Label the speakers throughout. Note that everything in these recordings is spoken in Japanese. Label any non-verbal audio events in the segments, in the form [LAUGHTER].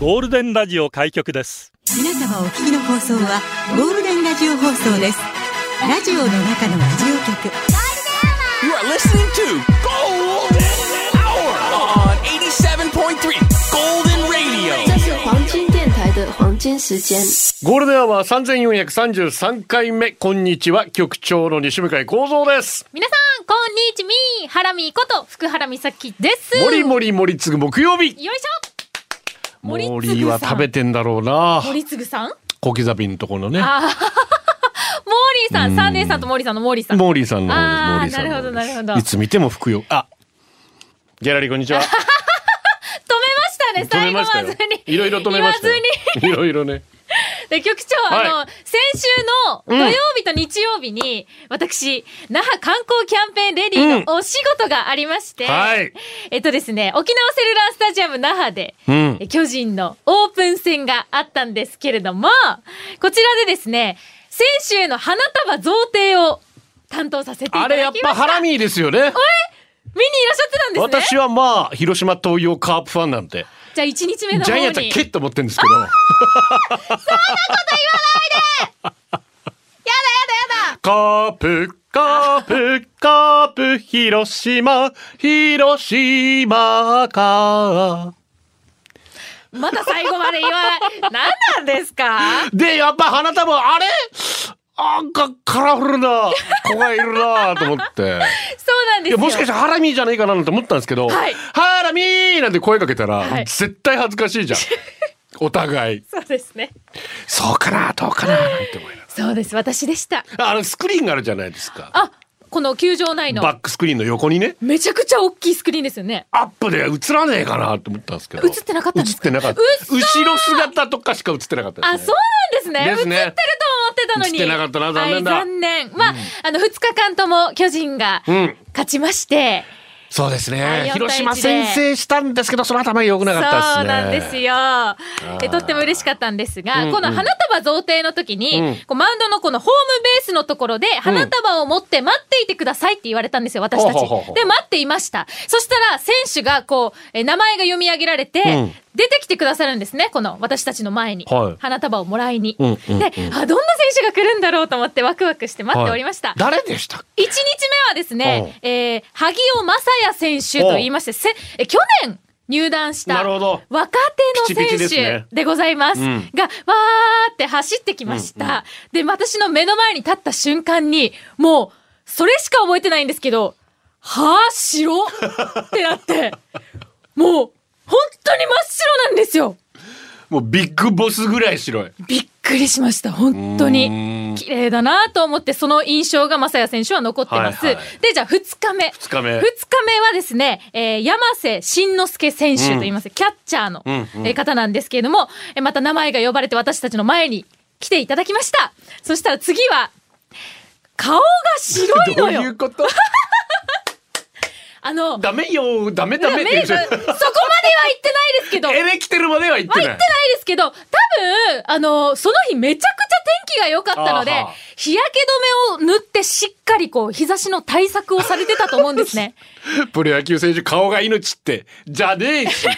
Speaker 1: ゴールデンラジオ開局です
Speaker 2: 皆様お聞きの放送はゴールデンラジオ放送ですラジオの中のラジオ局
Speaker 3: You are listening to Golden Hour on 87.3 Golden Radio.
Speaker 4: 这是黄金电台的黄金时间。
Speaker 5: ゴールデンアワー三千四百三十三回目こんにちは局長の西向井光三です。
Speaker 6: 皆さん、こんにちみハラミこと福原美咲です。
Speaker 5: もりもりもりつぐ木曜日。
Speaker 6: よいし
Speaker 5: も
Speaker 6: 森次さん
Speaker 5: りは食べてんだろうな
Speaker 6: ょ。。森次さんモー
Speaker 5: 小刻みのところのね。
Speaker 6: リーさん、サーデーさんとモーリーさんのモーリーさん。
Speaker 5: モーリーさんの方です。
Speaker 6: あー
Speaker 5: モーリーさんの方です
Speaker 6: なるほどなるほど
Speaker 5: いつ見ても服よ。あ。ギャラリーこんにち
Speaker 6: [LAUGHS]
Speaker 5: は。
Speaker 6: 止めましたね、
Speaker 5: 止め
Speaker 6: 最後
Speaker 5: ました
Speaker 6: は
Speaker 5: よ
Speaker 6: ずに。。
Speaker 5: いろいろ止めましたよ
Speaker 6: 言わずに。。
Speaker 5: いろいろ
Speaker 6: [LAUGHS]
Speaker 5: ね。
Speaker 6: で、局長、
Speaker 5: はい
Speaker 6: あの、先週の土曜日と日曜日に、私、那覇観光キャンペーンレディーのお仕事がありまして、
Speaker 5: はい
Speaker 6: えっとですね、沖縄セルラースタジアム那覇で、
Speaker 5: うん
Speaker 6: え巨人のオープン戦があったんですけれども、こちらでですね、先週の花束贈呈を担当させていた
Speaker 5: あ
Speaker 6: だ
Speaker 5: れやっ
Speaker 6: きま
Speaker 5: ぱ
Speaker 6: した。
Speaker 5: ハラミーですよね。
Speaker 6: 見にいらっしゃってたんですね。
Speaker 5: 私はまあ広島東洋カープファンなんで。
Speaker 6: じゃあ1日目の
Speaker 5: ジ
Speaker 6: 方
Speaker 5: ャ
Speaker 6: に。
Speaker 5: イアンツは蹴って思ってるんですけど。そんなこと言わないで。やだやだやだ。カープカープカープ広島広島か。
Speaker 6: また最後まで言わない。何なんですか
Speaker 5: でやっぱ花束あれ。なんかカラフルな子がいるなと思って。
Speaker 6: そうなんで
Speaker 5: い
Speaker 6: す
Speaker 5: や
Speaker 6: よ。
Speaker 5: もしかしたらハラミーじゃないかなと思ったんですけど、
Speaker 6: はい
Speaker 5: ハラミーなんて声かけたら、
Speaker 6: はい
Speaker 5: 絶対恥ずかしいじゃん。お互い。
Speaker 6: そうですね。
Speaker 5: そうかなどうかななんて思いながら。
Speaker 6: そうです。私でした。
Speaker 5: あのスクリーンがあるじゃないですか。
Speaker 6: あ、この球場内の。
Speaker 5: バックスクリーンの横にね、
Speaker 6: めちゃくちゃ大きいスクリーンですよね。
Speaker 5: アップで映らねえかなと思ったんですけど。
Speaker 6: 映ってなかったんですか
Speaker 5: 映ってなかった
Speaker 6: うっそー
Speaker 5: 後ろ姿とかしか映ってなかった
Speaker 6: あ、
Speaker 5: です、
Speaker 6: そ
Speaker 5: ね。
Speaker 6: うなん
Speaker 5: で
Speaker 6: ですす
Speaker 5: ね
Speaker 6: ね。映ってると思ってたのに。
Speaker 5: 映ってなかったな残念だ
Speaker 6: はい残念。まあ、あの、2日間とも巨人が
Speaker 5: うん
Speaker 6: 勝ちまして。
Speaker 5: そうです
Speaker 6: はい
Speaker 5: ね。
Speaker 6: 4
Speaker 5: 広島
Speaker 6: 対1で
Speaker 5: 先制したんですけど、その頭良くな
Speaker 6: そ
Speaker 5: か
Speaker 6: う
Speaker 5: ったですね。
Speaker 6: なんですよ。えとっても嬉しかったんですが、
Speaker 5: うんうん
Speaker 6: この花束贈呈の時に、
Speaker 5: うん
Speaker 6: こうマウンドのこのホームベースのところで、花束を持って待っていてくださいって言われたんですよ、私たち。
Speaker 5: ほうほうほうほう
Speaker 6: で、待っていました。そしたら、選手がこう、えー名前が読み上げられて、
Speaker 5: うん
Speaker 6: 出てきてくださるんですね、この私たちの前に。
Speaker 5: はい
Speaker 6: 花束をもらいに、
Speaker 5: うんうんうん
Speaker 6: で、あ、どんな選手が来るんだろうと思ってワクワクして待っておりました。
Speaker 5: 誰でした
Speaker 6: 1日目はですね、えー、萩尾正也選手と言いまして、せえ去年入団し
Speaker 5: な
Speaker 6: た
Speaker 5: るほど
Speaker 6: 若手の
Speaker 5: ピチピチで
Speaker 6: 選
Speaker 5: すね
Speaker 6: 手でございます。
Speaker 5: うん
Speaker 6: が、わーって走ってきました、で、私の目の前に立った瞬間に、もう、それしか覚えてないんですけど、はぁ、白ってなって、もう、本当に真っ白なんですよ。
Speaker 5: もうビッグボスぐらい白い。
Speaker 6: びっくりしました、本当
Speaker 5: うーん
Speaker 6: に。綺麗だなと思って、その印象が正也選手は残ってます。
Speaker 5: はいはい
Speaker 6: で、じゃあ2日目。
Speaker 5: 二日目
Speaker 6: 二日目はですね、えー山瀬慎之介選手と言います、キャッチャーの、
Speaker 5: ん
Speaker 6: えー方なんですけれども、えーまた名前が呼ばれて私たちの前に来ていただきました。そしたら次は、顔が白い
Speaker 5: どう
Speaker 6: の
Speaker 5: い
Speaker 6: よ
Speaker 5: う。こと
Speaker 6: あの、
Speaker 5: ダメよダメダメって言
Speaker 6: 名
Speaker 5: うじゃん
Speaker 6: 物そこまでは言ってないですけど、
Speaker 5: エレキテルまでは言って
Speaker 6: は
Speaker 5: ない。
Speaker 6: 言ってないですけど、多分、あの、その日めちゃくちゃ天気が良かったので
Speaker 5: あは、
Speaker 6: 日焼け止めを塗ってしっかりこう、日差しの対策をされてたと思うんです
Speaker 5: [LAUGHS]
Speaker 6: ね。
Speaker 5: プロ野球選手顔が命ってじゃねえし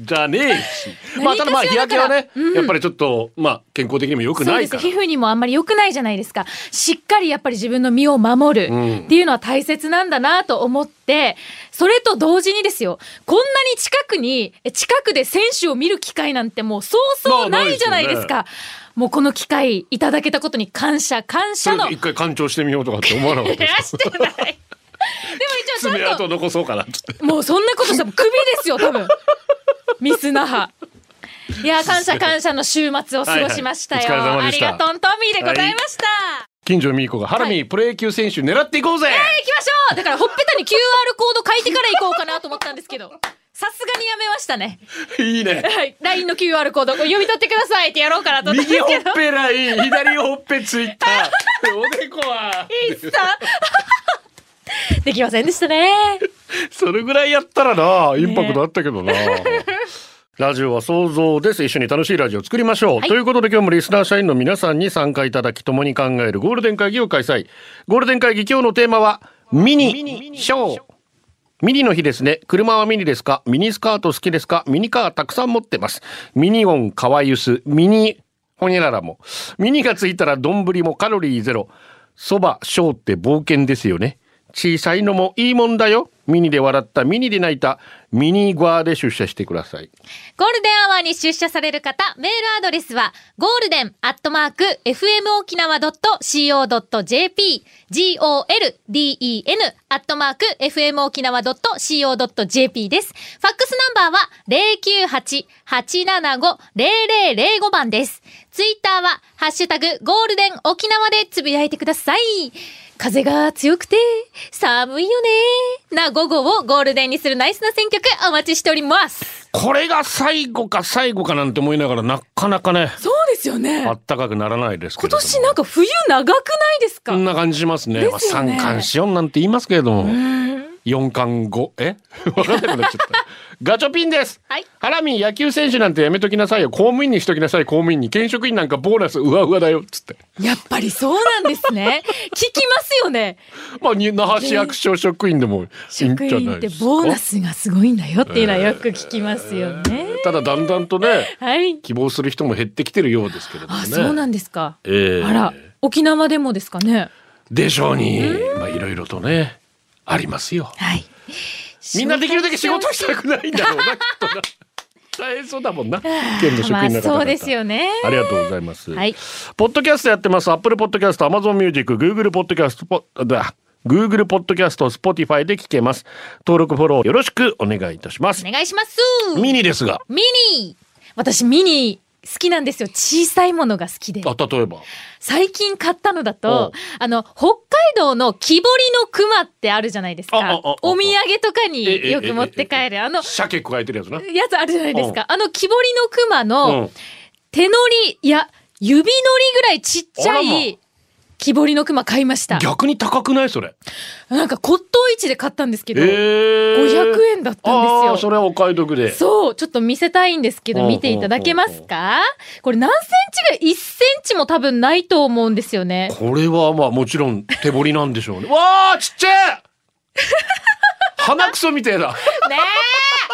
Speaker 5: じゃねえしまあ
Speaker 6: 何
Speaker 5: ただ
Speaker 6: かしら
Speaker 5: まあ日焼けはね、
Speaker 6: だからうん
Speaker 5: やっぱりちょっとまあ健康的にも良く
Speaker 6: そう
Speaker 5: な
Speaker 6: で
Speaker 5: い
Speaker 6: す。
Speaker 5: から
Speaker 6: 皮膚にもあんまり良くないじゃないですか。しっかりやっぱり自分の身を守
Speaker 5: うん
Speaker 6: るっていうのは大切なんだなと思って、それと同時にですよ、こんなに近くに、え近くで選手を見る機会なんてもうそうそう
Speaker 5: まあな
Speaker 6: な
Speaker 5: い
Speaker 6: いじゃないです
Speaker 5: で
Speaker 6: か。もうこの機会いただけたことに感謝、感謝の。
Speaker 5: 一回干潮してみようとかって思わなかっ
Speaker 6: 減 [LAUGHS]
Speaker 5: た
Speaker 6: ら
Speaker 5: [LAUGHS]
Speaker 6: してない。でも一応
Speaker 5: 爪
Speaker 6: ちゃん
Speaker 5: 痕
Speaker 6: と、
Speaker 5: 残そうかなって
Speaker 6: もうそんなことしたらクビですよ、多分。ミス
Speaker 5: [LAUGHS]
Speaker 6: 那覇。いや、感謝感謝の週末を過ごしましたよ。
Speaker 5: はいはいお疲れ様
Speaker 6: あ
Speaker 5: でし
Speaker 6: り
Speaker 5: た
Speaker 6: がとんトミーでございました。
Speaker 5: 近所美い子がハラミ、
Speaker 6: は
Speaker 5: プロ野球選手狙っていこうぜ、
Speaker 6: 行きましょうだからほっぺたに QR コード書いてから行こうかなと思ったんですけど。さすがにやめましたね。
Speaker 5: いいね
Speaker 6: はい。LINE の QR コード、これ読み取ってくださいってやろうかなと思ったん
Speaker 5: 右 [LAUGHS]
Speaker 6: です
Speaker 5: ほ
Speaker 6: け
Speaker 5: っ
Speaker 6: ど。
Speaker 5: ぺライ
Speaker 6: [LAUGHS]
Speaker 5: ン左ほっぺツイッターおでこはい
Speaker 6: いっさ。できませんでしたね。
Speaker 5: それぐらいやったらなインパクトあったけ
Speaker 6: [LAUGHS]
Speaker 5: どな、ラジオは想像です。一緒に楽しいラジオを作りましょう。
Speaker 6: はい
Speaker 5: ということで今日もリスナー社員の皆さんに参加いただき共に考えるゴールデン会議を開催。ゴールデン会議今日のテーマはミニショー。ミニの日ですね。車はミニですかミニスカート好きですかミニカーたくさん持ってます。ミニオン、カワユス、ミニ、ホニャララも。ミニがついたら丼もカロリーゼロ。そば、ショーって冒険ですよね。小さいのもいいもんだよ。ミニで笑った、ミニで泣いた、ミニグアで出社してください。
Speaker 6: ゴールデンアワーに出社される方、メールアドレスは、ゴールデンアットマーク、fmokinawa.co.jp、golden アットマーク、fmokinawa.co.jp です。ファックスナンバーは、098-875-0005番です。ツイッターは、ハッシュタグ、ゴールデン沖縄でつぶやいてください。風が強くて、寒いよね。な午後をゴールデンにするナイスな選曲、お待ちしております。
Speaker 5: これが最後か最後かなんて思いながら、なかなかね、
Speaker 6: そうですよね
Speaker 5: あ。ったかくならないですけ
Speaker 6: 今
Speaker 5: れども。
Speaker 6: 年なんか冬長くないですか、
Speaker 5: こんな感じしますね。
Speaker 6: ですよね
Speaker 5: 3巻しよんなんて言いますけれども。4巻5、え [LAUGHS] わかんなくなっちゃった。ガチョピンです。
Speaker 6: はい
Speaker 5: ハラミン野球選手なんてやめときなさいよ。公務員にしときなさい、公務員に。県職員なんかボーナスうわうわだよ。つって。
Speaker 6: やっぱりそうなんです
Speaker 5: [LAUGHS]
Speaker 6: ね。聞きますよね。
Speaker 5: まあ、に那覇市役所職員でもいいんじゃ
Speaker 6: 職員
Speaker 5: な
Speaker 6: っ
Speaker 5: い
Speaker 6: て
Speaker 5: ですか。
Speaker 6: ボーナスがすごいんだよっていうのはよく聞きますよね。
Speaker 5: ただだんだんとね、
Speaker 6: はい。
Speaker 5: 希望する人も減ってきてるようですけれどもね。
Speaker 6: あ、そうなんですか。
Speaker 5: ええ
Speaker 6: あら、沖縄でもですかね。
Speaker 5: でしょうに。まあ、いろいろとね、ありますよ。
Speaker 6: はい。
Speaker 5: みんなできるだけ仕事したくないんだろうな、きっとな。大変そうだもんな。県の職
Speaker 6: [LAUGHS] ま
Speaker 5: 員
Speaker 6: あ
Speaker 5: の方々
Speaker 6: そうですよね。
Speaker 5: ありがとうございます。
Speaker 6: はい
Speaker 5: ポッドキャストやってます。アップルポッドキャスト、アマゾンミュージック、グーグルポッドキャスト、ポだ。Google ポッドキャスト、Spotify で聞けます。登録、フォローよろしくお願いいたします。
Speaker 6: お願いします。
Speaker 5: ミニですが。
Speaker 6: ミニ私ミニ好きなんですよ。小さいものが好きで。
Speaker 5: あ、例えば。
Speaker 6: 最近買ったのだ
Speaker 5: お
Speaker 6: と
Speaker 5: う、
Speaker 6: あの、北海道の木彫りの熊ってあるじゃないですか。
Speaker 5: あああああ
Speaker 6: お土産とか
Speaker 5: えええ
Speaker 6: によく持って帰る。あの、
Speaker 5: 鮭加えてるやつな。
Speaker 6: やつあるじゃないです
Speaker 5: う
Speaker 6: か。あの木彫りの熊
Speaker 5: う
Speaker 6: の
Speaker 5: ん
Speaker 6: 手乗り、いや、指乗りぐらいちっちゃ
Speaker 5: あらま
Speaker 6: い木彫りの熊買いました。
Speaker 5: 逆に高くないそれ。
Speaker 6: なんか骨董市で買ったんですけ
Speaker 5: え
Speaker 6: ど、
Speaker 5: ー
Speaker 6: 500円だったんです
Speaker 5: あー
Speaker 6: よ
Speaker 5: それはお買い得で。
Speaker 6: そう、ちょっと見せたいんですけ
Speaker 5: うん
Speaker 6: ど、見ていただけますかこれ何センチが1センチも多分ないと思うんですよね。
Speaker 5: これはまあもちろん手彫りなんでしょうね。 [LAUGHS] わあちっちゃい [LAUGHS] 鼻くそみた
Speaker 6: [LAUGHS]
Speaker 5: いだ。
Speaker 6: ね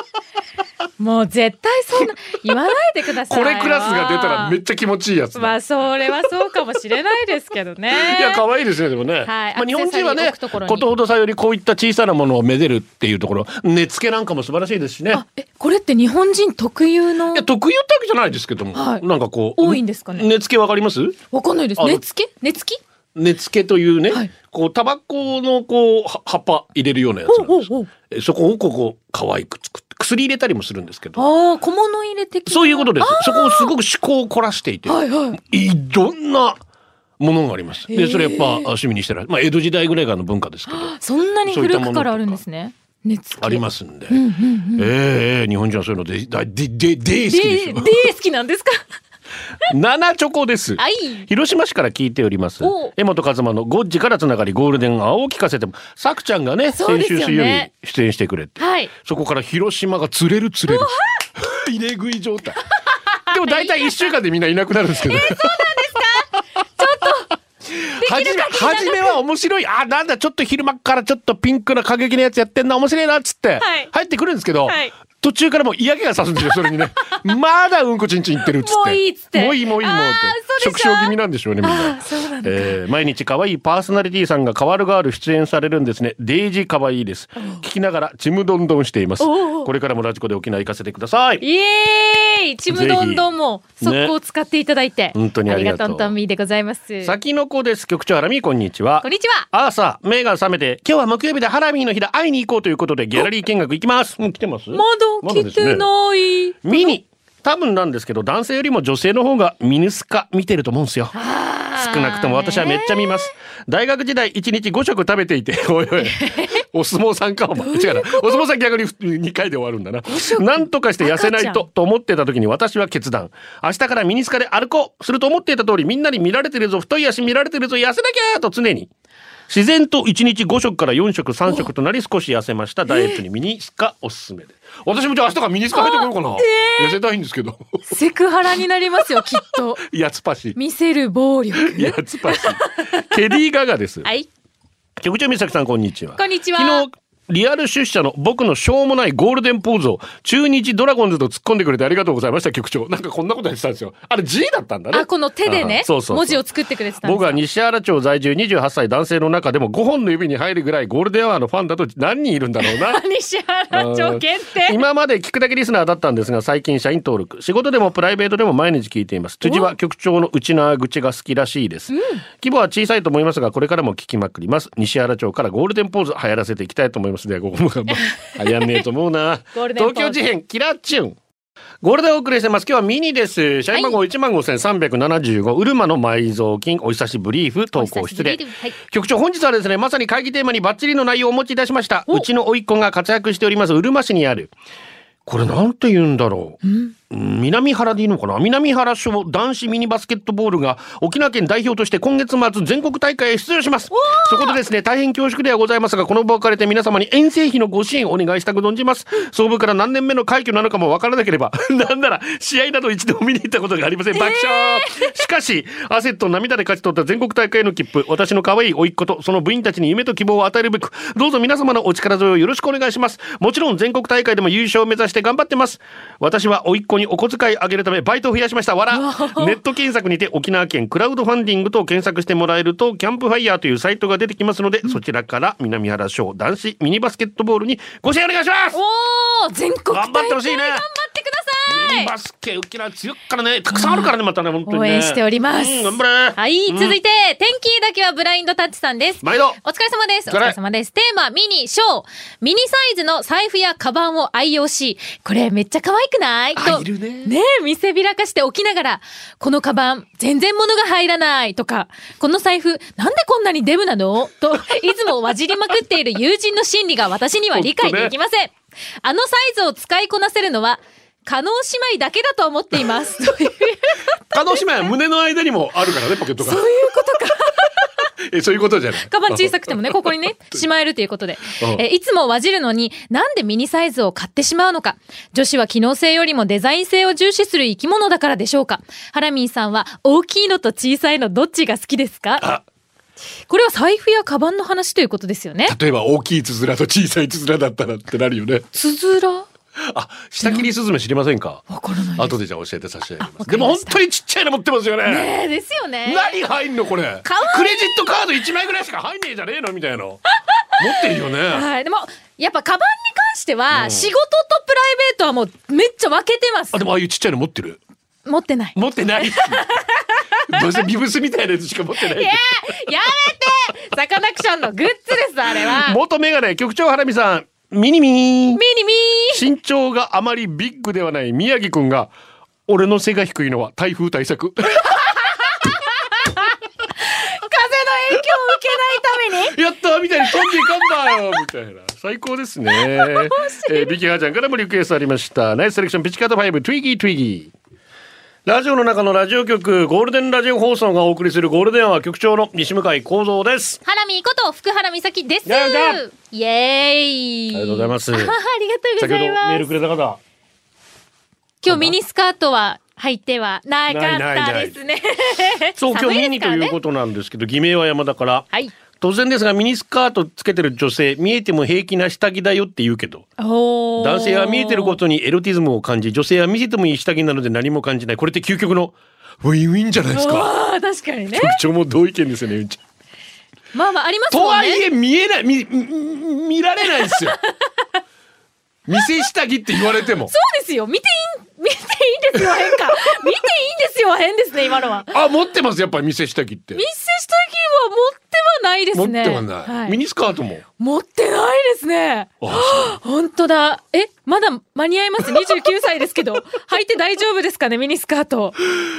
Speaker 6: えもう絶対そんな言わないでください
Speaker 5: こ
Speaker 6: よ
Speaker 5: れクラスが出たらめっちゃ気持ちいいやつだ。
Speaker 6: まあそれはそうかもしれないですけどね
Speaker 5: いや可愛いですねでもね、まあ、日本人は
Speaker 6: ア
Speaker 5: ね
Speaker 6: クセサリー置くところに
Speaker 5: ことほどさよりこういった小さなものをめでるっていうところ根付けなんかも素晴らしいですしね
Speaker 6: あえこれって日本人特有の
Speaker 5: いや得意ったわけじゃないですけども、
Speaker 6: はい
Speaker 5: なんかこう
Speaker 6: 多いんですかね
Speaker 5: 根付けわかります
Speaker 6: わかんないです
Speaker 5: あの
Speaker 6: 根付け根付き
Speaker 5: 根付けというね、
Speaker 6: はい
Speaker 5: こうタバコのこうは葉っぱ入れるようなやつなん
Speaker 6: おう
Speaker 5: です
Speaker 6: おう
Speaker 5: えそこをここ可愛く作って薬入れたりもするんですけど
Speaker 6: おうああ小物入れ的な
Speaker 5: そういうことですそこをすごく趣向を凝らしていて、
Speaker 6: はいはい
Speaker 5: いろんなものがあります。
Speaker 6: へ
Speaker 5: で
Speaker 6: ー
Speaker 5: それやっぱあ趣味にしてる、まあ、江戸時代ぐらいからの文化ですけど
Speaker 6: そんなに
Speaker 5: そういった
Speaker 6: 古
Speaker 5: もの
Speaker 6: く
Speaker 5: とか
Speaker 6: からあるんですね根付き
Speaker 5: あり
Speaker 6: す
Speaker 5: ますんで、
Speaker 6: うんうんうん
Speaker 5: ええええ日本人はそういうので大ででで好きです
Speaker 6: で
Speaker 5: よ
Speaker 6: で。好きなんで
Speaker 5: [LAUGHS]
Speaker 6: すか
Speaker 5: 七チョコです。
Speaker 6: はい
Speaker 5: 広島市から聞いております
Speaker 6: おう
Speaker 5: 江本和真のゴッジからつながりゴールデンアワーを聞かせてもさくちゃんがね
Speaker 6: そう
Speaker 5: 先
Speaker 6: です
Speaker 5: 週
Speaker 6: よね
Speaker 5: 水曜日出演してくれて
Speaker 6: はい
Speaker 5: そこから広島が釣れる釣れる [LAUGHS] 入れ食い状態でも大体1週間
Speaker 6: [LAUGHS]
Speaker 5: でみんないなくなるんですけど、初め初めは面白いあなんだちょっと昼間からちょっとピンクな過激なやつやってんな面白いなっつって
Speaker 6: はい
Speaker 5: 入ってくるんですけど、
Speaker 6: はい
Speaker 5: 途中からもう嫌気がさすんですよそれにねまだうんこちんちん言ってるっつって
Speaker 6: もういいっつって
Speaker 5: もういいもういいもうっ
Speaker 6: あ
Speaker 5: て
Speaker 6: ーそ
Speaker 5: 食
Speaker 6: うでした
Speaker 5: 傷気味なんでしょうねみんな
Speaker 6: あ。そうなんだ、
Speaker 5: えー毎日可愛いパーソナリティさんが変わる変わる出演されるんですねデイジー可愛いです聞きながらちむどんどんしています
Speaker 6: おうおう
Speaker 5: これからもラジコで沖縄行かせてください
Speaker 6: イエーイちむどんどんも
Speaker 5: ぜひ
Speaker 6: 速攻使っていただいて、
Speaker 5: 本当にありがとう
Speaker 6: ありがとんとんみーでございます
Speaker 5: 先の子です局長ハラミーこんにちは
Speaker 6: こんにちは
Speaker 5: あーさ目が覚めて今日は木曜日でハラミーの日だ会いに行こうということでギャラリー見学行きますもう来てます
Speaker 6: まだ来て
Speaker 5: い
Speaker 6: ない、
Speaker 5: ミニ多分なんですけど男性よりも女性の方がミニスカ見てると思うんですよ少なくとも私はめっちゃ見ます大学時代1日5食食べていて [LAUGHS] おいおいお相撲さんかお前違うなお相撲さん逆に2回で終わるんだななんとかして痩せない
Speaker 6: 赤ちゃ
Speaker 5: とと思ってた時に私は決断明日からミニスカで歩こうすると思っていた通りみんなに見られてるぞ太い足見られてるぞ痩せなきゃと常に自然と1日5食から4食3食となり少し痩せましたダイエットにミニスカおすすめです私もじゃあ明日からミニスカ入ってこようかな、痩せたいんですけ [LAUGHS] ど
Speaker 6: セクハラになりますよきっと
Speaker 5: やつぱし
Speaker 6: 見せる暴力
Speaker 5: [LAUGHS] やつぱしケリーガガです
Speaker 6: はい
Speaker 5: 局長美咲さんこんにちは
Speaker 6: こんにちは
Speaker 5: 昨日リアル出社の僕のしょうもないゴールデンポーズを中日ドラゴンズと突っ込んでくれてありがとうございました局長なんかこんなことやってたんですよあれ G だったんだね
Speaker 6: あ、この手で
Speaker 5: あ
Speaker 6: ね
Speaker 5: ー、そうそうそう
Speaker 6: 文字を作ってくれてたんです
Speaker 5: 僕は西原町在住28歳男性の中でも5本の指に入るぐらいゴールデンアワーのファンだと何人いるんだろうな
Speaker 6: 西原町限定。
Speaker 5: 今まで聞くだけリスナーだったんですが最近社員登録仕事でもプライベートでも毎日聞いています辻は局長のうちな口が好きらしいです、規模は小さいと思いますがこれからも聞きまくります西原町からゴールデンポーズ流行らせていきたいと思いますではここも頑張っやんねえと思うな
Speaker 6: [LAUGHS] ゴールデンポー
Speaker 5: 東
Speaker 6: ズ
Speaker 5: 京事変キラーチューンゴールデンお送りしてます。今日はミニです。社員番号1万5375、ウルマの埋蔵金、お久しぶりーふ、投稿失礼。
Speaker 6: はい
Speaker 5: 局長本日はですねまさに会議テーマにバッチリの内容をお持ちいたしました
Speaker 6: お
Speaker 5: うちの甥っ子が活躍しておりますうるま市にあるこれなんて言うんだろう、うん南原でいいのかな南原署男子ミニバスケットボールが沖縄県代表として今月末全国大会へ出場しますそこでですね大変恐縮ではございますがこの場を借りて皆様に遠征費のご支援をお願いしたく存じます総部から何年目の快挙なのかもわからなければ [LAUGHS] なんなら試合など一度も見に行ったことがありません爆笑、しかし汗と涙で勝ち取った全国大会への切符私の可愛い甥っ子とその部員たちに夢と希望を与えるべくどうぞ皆様のお力添えをよろしくお願いしますもちろん全国大会でも優勝を目指して頑張ってます私は甥っ子にお小遣いあげるためバイトを増やしましたわらネット検索にて沖縄県クラウドファンディングと検索してもらえるとキャンプファイヤーというサイトが出てきますので、そちらから南原省男子ミニバスケットボールにご支援お願いします
Speaker 6: おー、全国大
Speaker 5: 頑
Speaker 6: 会
Speaker 5: 張ってほしいね
Speaker 6: 頑張ってく
Speaker 5: ミニ
Speaker 6: ださ
Speaker 5: バスケ沖縄強いからねたくさんあるからねまたね本当に
Speaker 6: い。
Speaker 5: ね
Speaker 6: 応援しております。
Speaker 5: うん頑張れ
Speaker 6: はい、続いて、天気だけはブラインドタッチさんです。
Speaker 5: 毎度
Speaker 6: お疲れ様です。
Speaker 5: お
Speaker 6: お
Speaker 5: 疲
Speaker 6: 疲
Speaker 5: れ
Speaker 6: れ様です。テーマ、ミニ、ショー。ミニサイズの財布やカバンを愛用し、これめっちゃ可愛くない
Speaker 5: あ
Speaker 6: と、
Speaker 5: いるね
Speaker 6: ねえ、見せびらかしておきながら、このカバン、全然物が入らないとか、この財布、なんでこんなにデブなのと、いつもわじりまくっている友人の心理が私には理解できません。あのサイズを使いこなせるのは、可能姉妹だけだと思っています。という
Speaker 5: 可能姉妹は胸の間にもあるからねポケットがそういうことか [LAUGHS] えそういうことじゃない
Speaker 6: カバン小さ
Speaker 5: [LAUGHS]
Speaker 6: くてもね、ここにね、しまえるということで
Speaker 5: うん。
Speaker 6: えいつもわじるのに、なんでミニサイズを買ってしまうのか。女子は機能性よりもデザイン性を重視する生き物だからでしょうか。ハラミーさんは、大きいのと小さいのどっちが好きですかこれは財布やカバンの話ということですよね。
Speaker 5: 例えば大きいつづらと小さいつづらだったらってなるよね
Speaker 6: つづら
Speaker 5: あ下切りスズメ知りませんか
Speaker 6: わからない
Speaker 5: 後でじゃあ教えて差し上げます
Speaker 6: あ
Speaker 5: でも本
Speaker 6: わかりました
Speaker 5: 当にちっちゃいの持ってますよね
Speaker 6: えーですよね。
Speaker 5: 何入んのこれ
Speaker 6: かわいい
Speaker 5: クレジットカード1枚ぐらいしか入んねえじゃねえのみたいな持ってるよね、
Speaker 6: [LAUGHS] はい。でも、やっぱカバンに関しては、仕事とプライベートはもうめっちゃ分けてます
Speaker 5: あ。でもああいうちっちゃいの持ってる
Speaker 6: 持ってない。
Speaker 5: 持ってないどうせビブスみたいなやつしか持ってない
Speaker 6: いやーやめて [LAUGHS] サカナクションのグッズです、あれは。
Speaker 5: 元メガネ局長ハラミさんミニミー
Speaker 6: ミニミー
Speaker 5: 身長があまりビッグではない宮城くんが俺の背が低いのは台風対策
Speaker 6: 風の影響を受けないために
Speaker 5: やったみたいに飛んでいかんだよみたいな最高ですね、えービキハちゃんからもリクエストありましたナイスセレクションピチカート5トゥイギートゥイギーラジオの中のラジオ局ゴールデンラジオ放送がお送りするゴールデンは局長の西向井光三です
Speaker 6: ハラミーこと福原美咲です。イ
Speaker 5: やった
Speaker 6: エーイ
Speaker 5: ありがとうございます
Speaker 6: あーありがとうご
Speaker 5: 先
Speaker 6: ざ
Speaker 5: ほど
Speaker 6: い
Speaker 5: メー
Speaker 6: ま
Speaker 5: ル
Speaker 6: す。
Speaker 5: くれた方
Speaker 6: 今日ミニスカートは履いては
Speaker 5: ない
Speaker 6: なか
Speaker 5: ない
Speaker 6: った
Speaker 5: ない
Speaker 6: ですね。
Speaker 5: そう今
Speaker 6: 寒
Speaker 5: 日
Speaker 6: い
Speaker 5: ミ
Speaker 6: で
Speaker 5: ニ
Speaker 6: す
Speaker 5: と
Speaker 6: からね
Speaker 5: いうことなんですけど偽名は山田から
Speaker 6: はい。
Speaker 5: 突然ですがミニスカートつけてる女性見えても平気な下着だよって言うけど
Speaker 6: おー
Speaker 5: 男性は見えてることにエロティズムを感じ女性は見せてもいい下着なので何も感じないこれって究極のウィンウィンじゃないですか
Speaker 6: あー確かにね。
Speaker 5: 局長も同意見ですよねうんち
Speaker 6: まあまああります
Speaker 5: と
Speaker 6: もん
Speaker 5: は
Speaker 6: ね。
Speaker 5: いえ見えない見見見られない
Speaker 6: [LAUGHS]
Speaker 5: ですよ見せ下着って言われても
Speaker 6: そうですよ。見ていい、見ていいんですよ、変か。見ていいんですよ、変ですね、今のは。
Speaker 5: あ持ってますやっぱり見せ下着って
Speaker 6: ミス下着は持ってはないです
Speaker 5: 持っ
Speaker 6: ね。
Speaker 5: てはない、
Speaker 6: は
Speaker 5: ミニスカートも
Speaker 6: 持ってないですね。本当だ。え、まだ間に合います。29歳ですけど、履いて大丈夫ですかね、ミニスカート。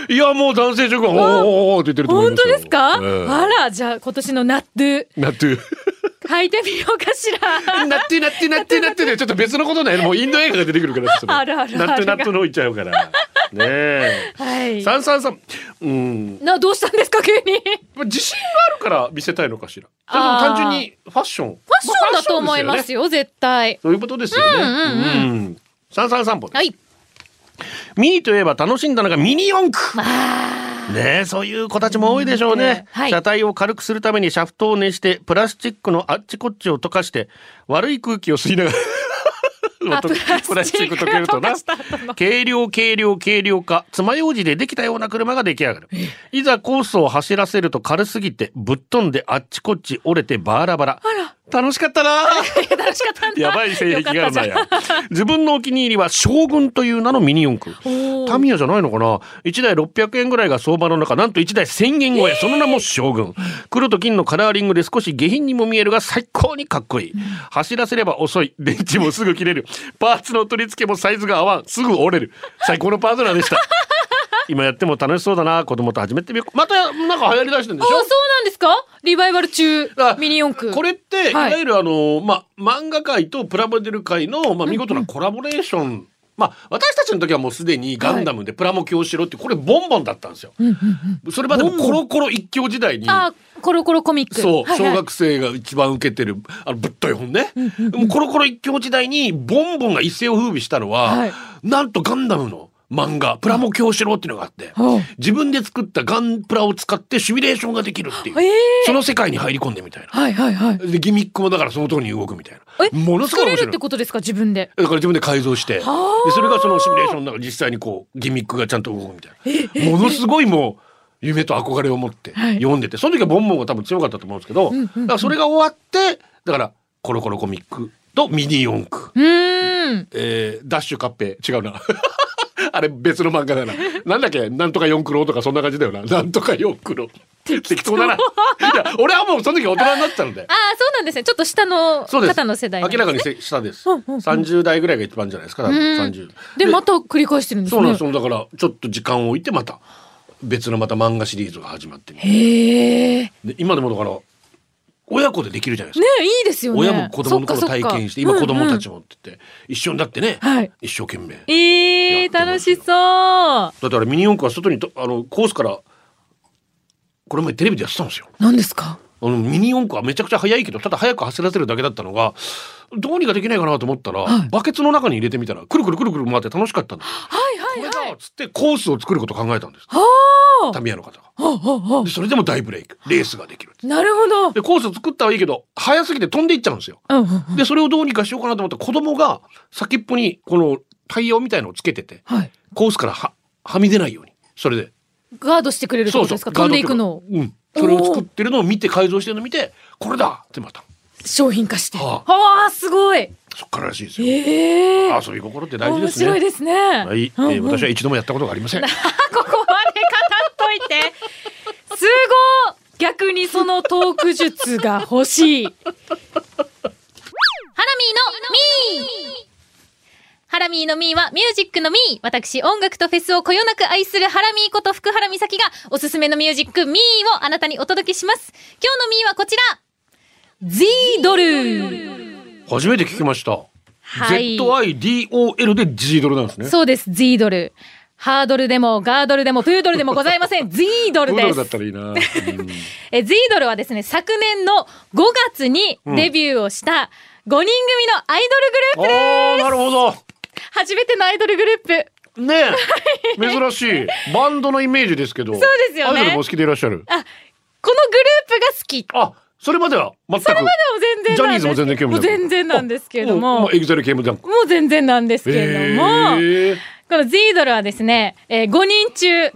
Speaker 5: いやもう男性諸君おーおーおーって言ってると思い
Speaker 6: 本
Speaker 5: ます
Speaker 6: 当
Speaker 5: よ
Speaker 6: ですか、
Speaker 5: ええ
Speaker 6: あら、じゃあ今年のナットゥ、
Speaker 5: なっていう
Speaker 6: 履いてみようかしら。
Speaker 5: なってなってなってなってでちょっと別のことないのもうインド映画が出てくるからそれ
Speaker 6: あるあるある
Speaker 5: なってなってのいっちゃうからねえ
Speaker 6: はい。
Speaker 5: 三三三うん
Speaker 6: な、どうしたんですか、急に。
Speaker 5: まあ自信があるから見せたいのかしらそれとも
Speaker 6: あー
Speaker 5: 単純にファッションフ
Speaker 6: ファッションだと思いま
Speaker 5: よね
Speaker 6: すよ、絶対。
Speaker 5: そういうことですよね
Speaker 6: うん
Speaker 5: うん三三三歩
Speaker 6: はい。
Speaker 5: ミニといえば楽しんだのがミニ四駆
Speaker 6: まあ、
Speaker 5: ねえ、そういう子たちも多いでしょうね。
Speaker 6: はい
Speaker 5: 車体を軽くするためにシャフトを熱して、プラスチックのあっちこっちを溶かして、悪い空気を吸いながら。
Speaker 6: [LAUGHS] あ
Speaker 5: とプラスチック溶けるとな
Speaker 6: プラスチック溶かした後の
Speaker 5: 軽量軽量軽量化爪楊枝でできたような車が出来上がるいざコースを走らせると軽すぎてぶっ飛んであっちこっち折れてバラバラ楽しかったな
Speaker 6: 楽しかったんだ
Speaker 5: やばい性癖があるな
Speaker 6: よ
Speaker 5: や
Speaker 6: かったじゃん
Speaker 5: 自分のお気に入りは将軍という名のミニ四駆
Speaker 6: おー
Speaker 5: タミヤじゃないのかな1台600円ぐらいが相場の中なんと1台1000円超え、その名も将軍黒と金のカラーリングで少し下品にも見えるが最高にかっこいい、走らせれば遅い電池もすぐ切れるパーツの取り付けもサイズが合わんすぐ折れる最高のパートナーで
Speaker 6: [LAUGHS]
Speaker 5: した今やっても楽しそうだな子供と始めてみようまたなんか流行りだしてるんで
Speaker 6: あ
Speaker 5: し
Speaker 6: そ
Speaker 5: ょ
Speaker 6: うなんですかリバイバル中
Speaker 5: あ
Speaker 6: ミニ四駆
Speaker 5: これって、い、
Speaker 6: はい
Speaker 5: わゆるあの、まあ、漫画界とプラモデル界の、まあ、見事なコラボレーション、まあ、私たちの時はもうすでにガンダムでプラモ強しろってこれボンボンだったんですよ。それまでもコロコロ一強時代に
Speaker 6: あコロコロコミック
Speaker 5: そう、
Speaker 6: はいはい
Speaker 5: 小学生が一番受けてるあのぶっとい本ね、もうコロコロ一強時代にボンボンが一世を風靡したのは、
Speaker 6: はい
Speaker 5: なんとガンダムの漫画「プラモ教師郎」っていうのがあって、
Speaker 6: はあ
Speaker 5: 自分で作ったガンプラを使ってシミュレーションができるっていう、
Speaker 6: えー
Speaker 5: その世界に入り込んでみたいな。
Speaker 6: はいはいはい
Speaker 5: でギミックもだからその通りに動くみたい
Speaker 6: え
Speaker 5: なものすごい
Speaker 6: 作
Speaker 5: 面
Speaker 6: れる
Speaker 5: 白
Speaker 6: っ
Speaker 5: い
Speaker 6: てことですか自分で
Speaker 5: だから自分で改造してで
Speaker 6: はあ
Speaker 5: それがそのシミュレーションの中で実際にこうギミックがちゃんと動くみたいなものすごいもう夢と憧れを持って
Speaker 6: はい
Speaker 5: 読んでてその時はボンボンが多分強かったと思うんですけど
Speaker 6: んうん
Speaker 5: だからそれが終わってだからコロコロコミックとミニ四駆
Speaker 6: うーん
Speaker 5: えーダッシュカッペ違うな [LAUGHS] あれ別の漫画だななんだっけなんとか四駆郎とかそんな感じだよななんとか四駆郎適当だないや俺はもうその時大人になってたので
Speaker 6: ああそうなんですねちょっと下の
Speaker 5: そうです
Speaker 6: 方の世代なんで
Speaker 5: 明ら
Speaker 6: す
Speaker 5: かにせ下です
Speaker 6: うんうんうん
Speaker 5: 30代ぐらいが一番じゃないですか多分
Speaker 6: うん
Speaker 5: 30
Speaker 6: でまた繰り返してるんですね
Speaker 5: そうなんですよだからちょっと時間を置いてまた別のまた漫画シリーズが始まってみる
Speaker 6: へえね
Speaker 5: で今でもだから親子でできるじゃないですか、
Speaker 6: いいですよね
Speaker 5: 親も子供の頃
Speaker 6: そっかそっ
Speaker 5: 体
Speaker 6: か
Speaker 5: 験して今子供たち
Speaker 6: うん
Speaker 5: もって言って、一緒になってね、
Speaker 6: はい
Speaker 5: 一生懸命
Speaker 6: うんえー、楽しそう
Speaker 5: だってあれミニ四駆は外にとあのコースからこれ前テレビでやってたんですよ
Speaker 6: 何ですか
Speaker 5: あのミニ四駆はめちゃくちゃ速いけどただ速く走らせるだけだったのがどうにかできないかなと思ったら、バケツの中に入れてみたらくるくるくるくる回って楽しかったんです
Speaker 6: は
Speaker 5: こ
Speaker 6: いは
Speaker 5: れ
Speaker 6: い
Speaker 5: だ
Speaker 6: はい
Speaker 5: っつってコースを作ることを考えたんです
Speaker 6: は
Speaker 5: タミヤの方が
Speaker 6: あはあは
Speaker 5: でそれでも大ブレイクレースができる
Speaker 6: あなるほど
Speaker 5: でコースを作ったはいいけど早すぎて飛んでいっちゃうんですよ
Speaker 6: うんうんうん
Speaker 5: でそれをどうにかしようかなと思ったら子供が先っぽにこのタイヤみたいのをつけてて
Speaker 6: はい
Speaker 5: コースからははみ出ないようにそれで
Speaker 6: ガードしてくれるってことですか飛んでいくのを
Speaker 5: ガードっていうかうんそれを作ってるのを見て改造してるのを見てこれだってまた
Speaker 6: 商品化して
Speaker 5: は
Speaker 6: ああすごい
Speaker 5: そっかららしいですよ
Speaker 6: ええー、
Speaker 5: 遊び心って大事
Speaker 6: 面
Speaker 5: ですね
Speaker 6: 白いですね
Speaker 5: はい、え
Speaker 6: うん
Speaker 5: ー
Speaker 6: うん
Speaker 5: 私は一度もやったことがありません
Speaker 6: [LAUGHS] ここまで語っといて。すごい逆にそのトーク術が欲しい。ハラミーのミーハラミーのミーはミュージックのミー。私、音楽とフェスをこよなく愛するハラミーこと福原美咲がおすすめのミュージックミーをあなたにお届けします。今日のミーはこちら。Z ドル。
Speaker 5: 初めて聞きました、
Speaker 6: はい
Speaker 5: ZIDOL で G ドルなんですね
Speaker 6: そうです、Z ドル。ハードルでもガードルでもプードルでもございま
Speaker 5: [LAUGHS]
Speaker 6: せん。Z ドル
Speaker 5: ド
Speaker 6: で
Speaker 5: ル
Speaker 6: す
Speaker 5: だっ。たらいい
Speaker 6: [LAUGHS]
Speaker 5: な、うん
Speaker 6: えー、ズイドルはですね、昨年の5月にデビューをした5人組のアイ
Speaker 5: お
Speaker 6: ドルグループで
Speaker 5: ーなるほど
Speaker 6: す初めてのアイドルグループ。
Speaker 5: ねえ珍しいバンドのイメージですけどそう
Speaker 6: ですよね
Speaker 5: アイドルもお好きでいらっしゃる
Speaker 6: あ、このグループが好き。で
Speaker 5: あそれまでは全くそれま
Speaker 6: も全然
Speaker 5: ジャニー
Speaker 6: なんです
Speaker 5: ズも全然興味ない
Speaker 6: もう全然なんですけれども。も
Speaker 5: エグザル系もジャンク
Speaker 6: う全然なんですけれども。
Speaker 5: へえ
Speaker 6: この Z ドルはですね、えー、5人中3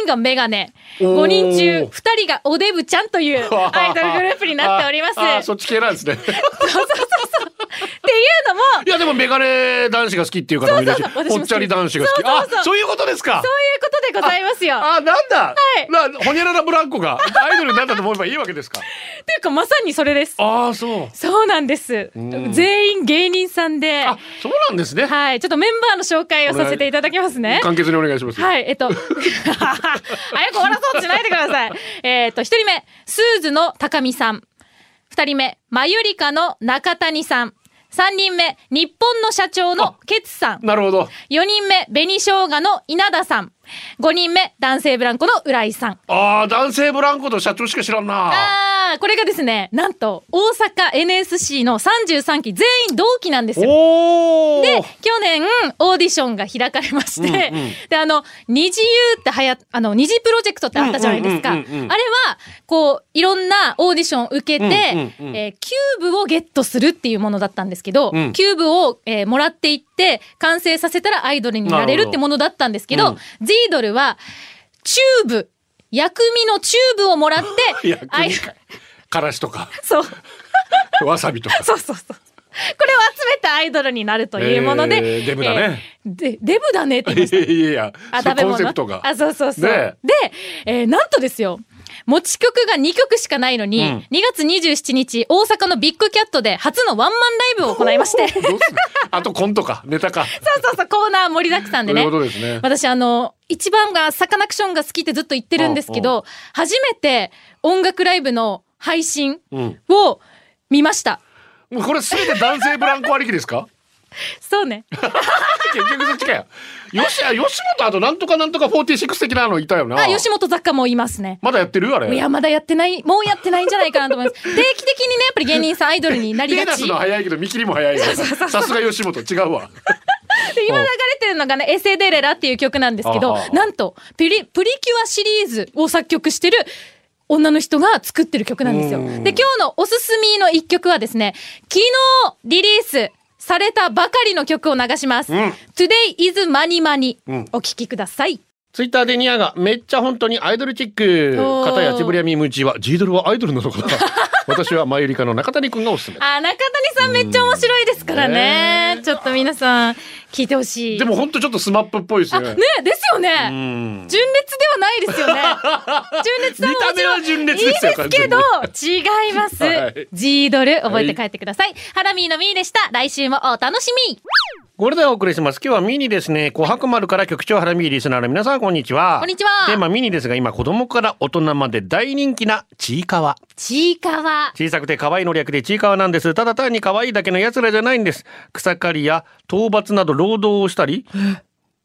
Speaker 6: 人がメガネ、
Speaker 5: おー
Speaker 6: 5人中2人がおデブちゃんというアイドルグループになっております。
Speaker 5: [LAUGHS] ああ
Speaker 6: そ
Speaker 5: そ
Speaker 6: う
Speaker 5: っち系なんです
Speaker 6: [LAUGHS]
Speaker 5: ね
Speaker 6: そうそうそう。っていうのも、
Speaker 5: いやでもメガネ男子が好きっていう方もいるし
Speaker 6: そうそうそう私も好
Speaker 5: ぽっ
Speaker 6: き
Speaker 5: ちゃり男子が好き
Speaker 6: そうそうそう
Speaker 5: あそういうことですか
Speaker 6: そういうことでございますよ。
Speaker 5: あなんだ、
Speaker 6: はい
Speaker 5: なホニャララブランコがアイドルになったと思えばいいわけです
Speaker 6: [LAUGHS]
Speaker 5: か
Speaker 6: っていうかまさにそれです。
Speaker 5: ああそう
Speaker 6: そうなんです。
Speaker 5: ん
Speaker 6: 全員芸人さんで、
Speaker 5: あそうなんですね、
Speaker 6: はい、ちょっとメンバーの紹介をさせていただきますね。
Speaker 5: 簡潔にお願いします、
Speaker 6: はい、えっと、 [LAUGHS] 早く終わらそうとしないでください。えっと、一人目、スーズの高見さん。二人目、まゆりかの中谷さん。三人目、日本の社長のケツさん。
Speaker 5: なるほど
Speaker 6: 四人目、紅生姜の稲田さん。五人目、男性ブランコの浦井さん。
Speaker 5: ああ男性ブランコと社長しか知らんな
Speaker 6: ああ、これがですね、なんと、大阪 NSC の33期全員同期なんですよ。
Speaker 5: おお
Speaker 6: で、去年、オーディションが開かれまして、で、あの、二次 U ってはや、あの、二次プロジェクトってあったじゃないですか。あ
Speaker 5: うん
Speaker 6: れ
Speaker 5: うんうんうんうん
Speaker 6: は、こう、いろんなオーディションを受けて、
Speaker 5: うんうんうん
Speaker 6: えーキューブをゲットするっていうものだったんですけど、
Speaker 5: うん
Speaker 6: キューブを、えーもらっていって、完成させたらアイドルになれるってものだったんですけ
Speaker 5: な
Speaker 6: ど、
Speaker 5: るほ
Speaker 6: ジードルは、チューブ、薬味のチューブをもらっ
Speaker 5: [LAUGHS]
Speaker 6: て、
Speaker 5: 薬味
Speaker 6: アイ
Speaker 5: からしと
Speaker 6: [LAUGHS]
Speaker 5: か
Speaker 6: そう。
Speaker 5: わさびとか
Speaker 6: [LAUGHS] そうそうそう。これを集めたアイドルになるというもので。
Speaker 5: えーデブだね
Speaker 6: えーでデブだねって言いました。
Speaker 5: いやいや
Speaker 6: あ、
Speaker 5: [LAUGHS] そう
Speaker 6: 食べ
Speaker 5: コンセ
Speaker 6: 物
Speaker 5: プトが
Speaker 6: あ、そうそうそう。
Speaker 5: ね
Speaker 6: で、えーなんとですよ。持ち曲が2曲しかないのに、
Speaker 5: うん
Speaker 6: 2月27日、大阪のビッグキャットで初のワンマンライブを行い
Speaker 5: [LAUGHS]
Speaker 6: まして、そう
Speaker 5: どうするあとコントかネタか
Speaker 6: そうそう、コーナー盛りだくさんでね
Speaker 5: そういう。ことですね
Speaker 6: 私、あの、一番がサカナクションが好きってずっと言ってるんですけ
Speaker 5: うん
Speaker 6: ど、初めて音楽ライブの配信
Speaker 5: うん
Speaker 6: を見ました。
Speaker 5: もうこれすべて男性ブランコありきです
Speaker 6: [LAUGHS]
Speaker 5: か
Speaker 6: そうね。
Speaker 5: 結局そっちかよよしあ吉本あとなんとかなんとか46的なのいたよな
Speaker 6: あ、吉本雑貨もいますね。
Speaker 5: まだやってるあれ
Speaker 6: いや、まだやってない、もうやってないんじゃないかなと思
Speaker 5: [LAUGHS]
Speaker 6: います。定期的にね、やっぱり芸人さんアイドルになり
Speaker 5: 手
Speaker 6: が
Speaker 5: 出
Speaker 6: ち。
Speaker 5: す
Speaker 6: で
Speaker 5: の、早いけど見切りも
Speaker 6: [LAUGHS]
Speaker 5: 早いよさすが吉本違うわ
Speaker 6: 今流れてるのがね、エセデレラっていう曲なんですけど
Speaker 5: あは、あ
Speaker 6: なんと、プリ、プリキュアシリーズを作曲してる、女の人が作ってる曲なんですよ。で、今日のおすすめの一曲はですね、昨日リリースされたばかりの曲を流します。Today is Money Money、
Speaker 5: ん
Speaker 6: お聴きください。
Speaker 5: ツイッターでニアがめっちゃ本当にアイドルチック
Speaker 6: おー
Speaker 5: 片やちぶりやみむちはジードルはアイドルな
Speaker 6: [LAUGHS]
Speaker 5: のかな私はマユリカの中谷くんがおすすめ
Speaker 6: あ、中谷さんめっちゃ面白いですからね。ちょっと皆さん、聞いてほしい。
Speaker 5: でも本当ちょっとスマップっぽいです
Speaker 6: あ、
Speaker 5: ね
Speaker 6: ねですよ
Speaker 5: う
Speaker 6: ね。
Speaker 5: ん
Speaker 6: 純烈ではないですよね。純烈さんもも
Speaker 5: 見た
Speaker 6: ちろん
Speaker 5: 目は純烈ですよ
Speaker 6: いいですけど、違います
Speaker 5: はい。
Speaker 6: ジードル、覚えて帰ってください。ハラミーのミーでした。来週もお楽しみ。
Speaker 5: これでお送りします。今日はミニですね。琥珀丸から局長原ミーリスナーの皆さん、こんにちは。
Speaker 6: こんにちは
Speaker 5: テーマミニですが、今、子供から大人まで大人気なちいかわ。
Speaker 6: ちいかわ。
Speaker 5: 小さくて可愛いの略でちいかわなんです。ただ単に可愛いだけの奴らじゃないんです。草刈りや討伐など労働をしたり、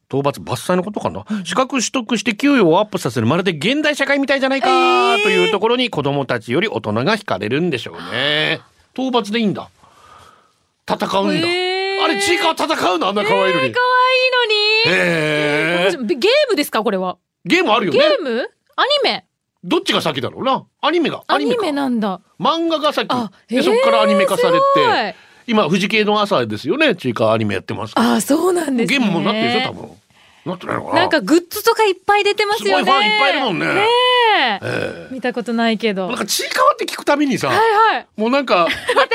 Speaker 5: 討伐伐採のことかな資格取得して給与をアップさせるまるで現代社会みたいじゃないかというところに子供たちより大人が惹かれるんでしょうね。討伐でいいんだ。戦うんだ。
Speaker 6: へー
Speaker 5: あれちいかわ戦うのあんな可愛いのに。
Speaker 6: かわいいのに。
Speaker 5: へ
Speaker 6: ち
Speaker 5: ー
Speaker 6: ょゲームですかこれは。
Speaker 5: ゲームあるよ
Speaker 6: ゲ
Speaker 5: ね。
Speaker 6: ームアニメ
Speaker 5: どっちが先だろうな。アニメが。
Speaker 6: アニ
Speaker 5: か
Speaker 6: メなんだ。
Speaker 5: 漫画が先
Speaker 6: あ。へ
Speaker 5: で、
Speaker 6: ー
Speaker 5: そこからアニメ化され
Speaker 6: すごい
Speaker 5: て。今、富士系の朝ですよね。ちいかわアニメやってますから。
Speaker 6: あ、そうなんです
Speaker 5: ゲ
Speaker 6: ね。
Speaker 5: ームもなってるでしょ、多分。なってないのかな。
Speaker 6: なんかグッズとかいっぱい出てますよね。
Speaker 5: すごいファンいっぱいいるもんね
Speaker 6: え見たことないけど。
Speaker 5: なん
Speaker 6: はい
Speaker 5: かちいかわって聞くたびにさ、
Speaker 6: はい。
Speaker 5: もうなん
Speaker 6: [LAUGHS]
Speaker 5: か、